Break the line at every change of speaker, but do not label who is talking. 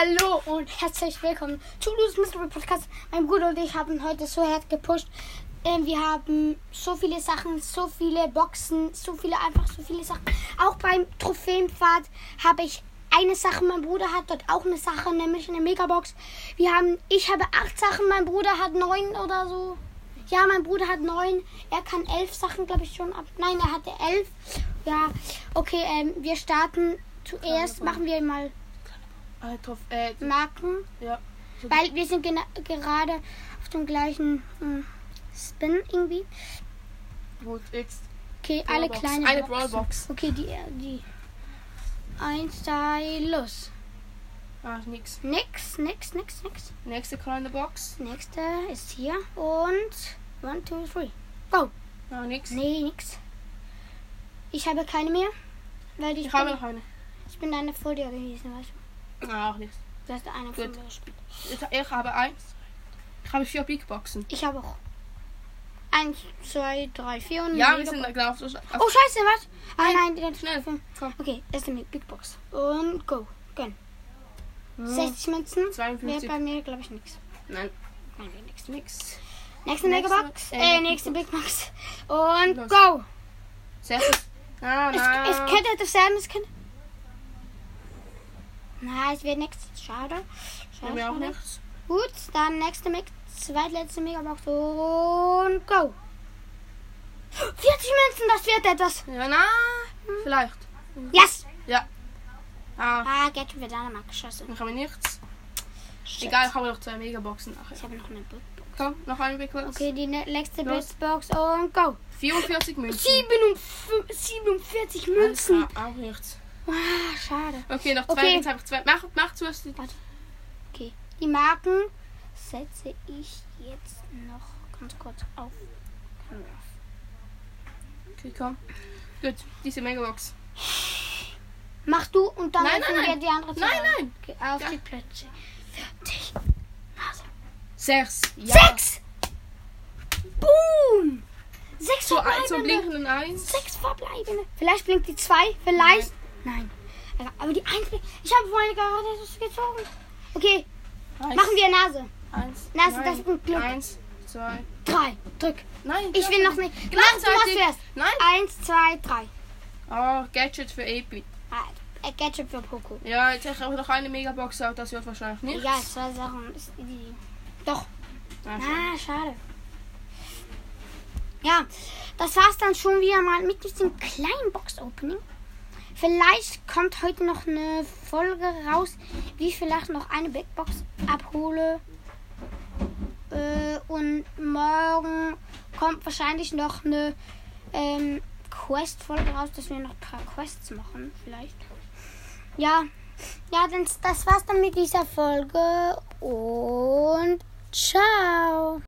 Hallo und herzlich willkommen zu Lose Mystery Podcast. Mein Bruder und ich haben heute so hart gepusht. Ähm, wir haben so viele Sachen, so viele Boxen, so viele, einfach so viele Sachen. Auch beim Trophäenpfad habe ich eine Sache, mein Bruder hat dort auch eine Sache, nämlich eine Megabox. Wir haben, ich habe acht Sachen, mein Bruder hat neun oder so. Ja, mein Bruder hat neun. Er kann elf Sachen, glaube ich, schon ab. Nein, er hatte elf. Ja, okay, ähm, wir starten. Zuerst machen wir mal
Alter, äh,
Marken.
ja.
Weil wir sind gena- gerade auf dem gleichen hm, Spin irgendwie.
Gut, X.
Okay, alle
Brawlbox.
kleine
Eine
Boxen.
Brawlbox.
Okay, die, äh, die. Eins, zwei, los.
Ah, nix.
Nix, nix, nix, nix.
Nächste kleine Box.
Nächste ist hier und one, two, three. Go.
Ah, nix.
Nee, nix. Ich habe keine mehr, weil ich,
Ich habe
bin,
noch eine.
ich bin deine vor dir gewesen, weißt du.
Ah, auch nichts.
Du hast eine von
Gut.
mir gespielt.
Ich, ich habe eins. Ich habe vier Big Boxen.
Ich habe auch. Eins, zwei, drei, vier und
Ja,
eine
wir sind
Megabox.
da genau auf der Sch-
Oh, scheiße, was? Ah, nein, die ganze
Schnell.
Stufe.
Komm.
Okay, erst eine Big Box. Und go. Gönn.
Hm,
60 Münzen.
52.
Mehr bei mir, glaube ich, nichts.
Nein,
Nein, nichts.
nix.
Nächste
Nächste-
Megabox.
äh,
Äh,
Big
nächste Big Box. Und
Los.
go.
Sehr gut. Ah,
Es,
nein.
es könnte das sein, es könnte. Na, es wird nichts. Schade.
Haben
Schade.
wir auch
schade.
nichts.
Gut, dann nächste Mix. Zweitletzte Megabox. Und go. 40 Münzen, das wird etwas.
Ja, na, vielleicht.
Yes.
Ah,
Ah, Gadget wird einmal geschossen.
ich habe nichts.
Shit.
Egal, ich habe noch zwei Megaboxen nachher.
Ich habe noch eine Big Box.
Komm, noch eine Big Box.
Okay, die ne- letzte
Los.
Big Box und go.
44 Münzen.
47, 47 Münzen.
Ah, auch nichts.
Ah, schade.
Okay, noch zwei.
Okay.
Jetzt einfach zwei. Mach, mach zuerst die.
Okay, die Marken setze ich jetzt noch ganz kurz auf.
Okay, komm. Gut, diese Megabox.
Mach du und dann
Nein, nein,
öffnen wir
nein.
die andere
Nein,
zusammen.
nein.
Okay, auf
Ja.
die Plätze. Fertig. Nase.
Sechs. Ja.
Sechs! Boom! Sechs
Zu, ein, zum
verbleibende.
blinkenden also Eins.
Sechs verbleibende. Vielleicht blinkt die zwei, vielleicht. Nein. Aber die eins blinkt. Ich habe vorhin gerade das gezogen. Okay,
Eins.
machen wir Nase.
Eins.
Lass uns
nein.
das gut Glück.
Eins, zwei.
Drei. Drück.
Nein.
Ich
ja,
will noch nicht. Mach, du machst
Gleichzeitig.
zuerst.
Nein.
Eins, zwei, drei.
Oh, Gadget für Epi.
Ah, äh, Gadget für Poco.
Ja, jetzt habe ich auch noch eine Megabox, aber das wird wahrscheinlich nicht.
Egal, zwei Sachen. Ist die. Doch.
Nein, schon.
Ah, schade. Ja, das war's dann schon wieder mal mit diesem kleinen Box-Opening. Vielleicht kommt heute noch eine Folge raus, wie ich vielleicht noch eine Big Box abhole. Äh, und morgen kommt wahrscheinlich noch eine ähm, Quest-Folge raus, dass wir noch ein paar Quests machen, vielleicht. Ja, ja, dann, das war's dann mit dieser Folge und ciao.